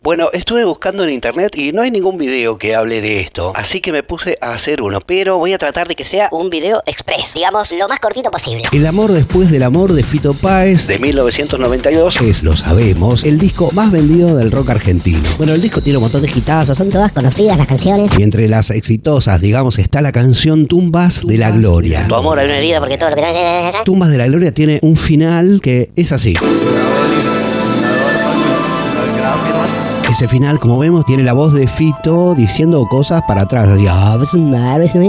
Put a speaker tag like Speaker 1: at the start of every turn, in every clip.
Speaker 1: Bueno, estuve buscando en internet y no hay ningún video que hable de esto, así que me puse a hacer uno, pero voy a tratar de que sea
Speaker 2: Un video express, digamos, lo más cortito posible.
Speaker 3: El amor después del amor de Fito Páez
Speaker 1: de 1992.
Speaker 3: es, lo sabemos, el disco más vendido del rock argentino.
Speaker 4: Bueno, el disco tiene un montón de hitazos.
Speaker 2: Son todas conocidas las canciones.
Speaker 3: Y entre las exitosas, digamos, está la canción Tumbas de la Gloria.
Speaker 2: Tu amor, hay una herida porque todo lo que tenés.
Speaker 3: Tumbas de la Gloria tiene un final que es así. Ese final, como vemos, tiene la voz de Fito diciendo cosas para atrás. Así, "Ah,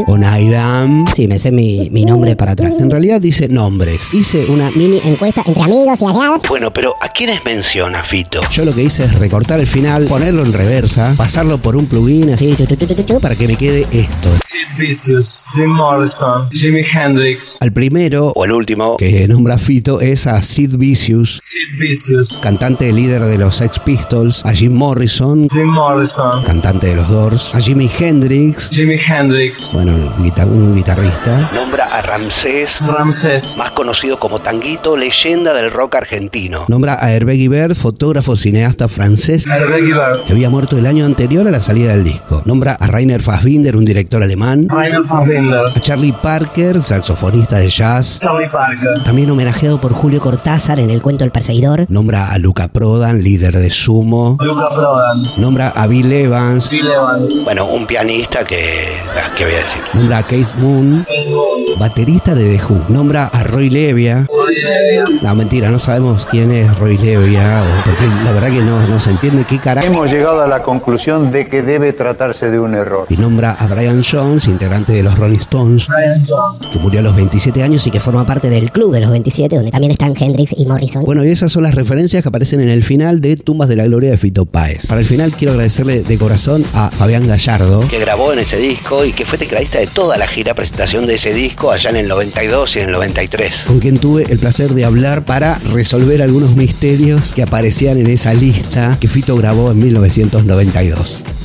Speaker 3: con Airam.
Speaker 4: ¿eh? Sí, me sé mi, mi nombre para atrás.
Speaker 3: En realidad dice nombres. Hice una
Speaker 2: Mini encuesta entre amigos y aliados.
Speaker 1: Bueno, pero ¿a quiénes menciona Fito?
Speaker 3: Yo lo que hice es recortar el final, ponerlo en reversa, pasarlo por un plugin así tu, tu, tu, tu, tu, para que me quede esto.
Speaker 5: Sid Vicious, Jim Morrison, Jimi Hendrix,
Speaker 3: Al primero
Speaker 1: O el último.
Speaker 3: que nombra Fito es a Sid Vicious,
Speaker 5: Sid Vicious,
Speaker 3: cantante líder de los Sex Pistols, a Jim Morrison,
Speaker 5: Jim Morrison,
Speaker 3: cantante de los Doors, a Jimi Hendrix,
Speaker 5: Jimi Hendrix,
Speaker 3: bueno, guita- un guitarrista,
Speaker 1: Nombra a Ramsés,
Speaker 5: Ramses,
Speaker 1: más conocido como Tanguito, leyenda del rock argentino.
Speaker 3: nombra a Hervé Guibert, fotógrafo cineasta francés
Speaker 5: Hervé Guibert,
Speaker 3: que había muerto el año anterior a la salida del disco. Nombra a Rainer Fassbinder, un director alemán,
Speaker 5: Rainer Fassbinder,
Speaker 3: a Charlie Parker, saxofonista de jazz,
Speaker 5: Charlie Parker,
Speaker 3: también homenajeado por Julio Cortázar.
Speaker 4: Cortázar en el cuento El Perseguidor.
Speaker 3: Nombra a Luca Prodan, líder de Sumo.
Speaker 5: Luca Prodan,
Speaker 3: Nombra a Bill Evans.
Speaker 5: Bill Evans,
Speaker 1: Bueno, un pianista que... ah, ¿Qué voy a decir?
Speaker 3: Nombra a Keith Moon,
Speaker 5: Chris Moon,
Speaker 3: baterista de The Who. Nombra a Roy Levia.
Speaker 5: Woody Allen.
Speaker 3: No, mentira, no sabemos quién es Roy Levia. o- Porque la verdad que no, no se entiende qué carajo.
Speaker 6: Hemos llegado a la conclusión de que debe tratarse de un error.
Speaker 3: Y nombra a Brian Jones, integrante de los Rolling Stones,
Speaker 5: Brian Jones,
Speaker 3: que murió a los 27 años y
Speaker 4: que
Speaker 3: que...
Speaker 4: forma parte del club de los 27, donde también
Speaker 2: También están Hendrix y Morrison.
Speaker 3: Bueno, y esas son las referencias que aparecen en el final de Tumbas de la Gloria de Fito Páez. Para el final quiero agradecerle de corazón a Fabián Gallardo,
Speaker 1: que grabó en ese disco y que fue tecladista de toda la gira presentación de ese disco allá en el 92 y en el 93.
Speaker 3: con quien tuve el placer de hablar para resolver algunos misterios que aparecían en esa lista que Fito grabó en 1992.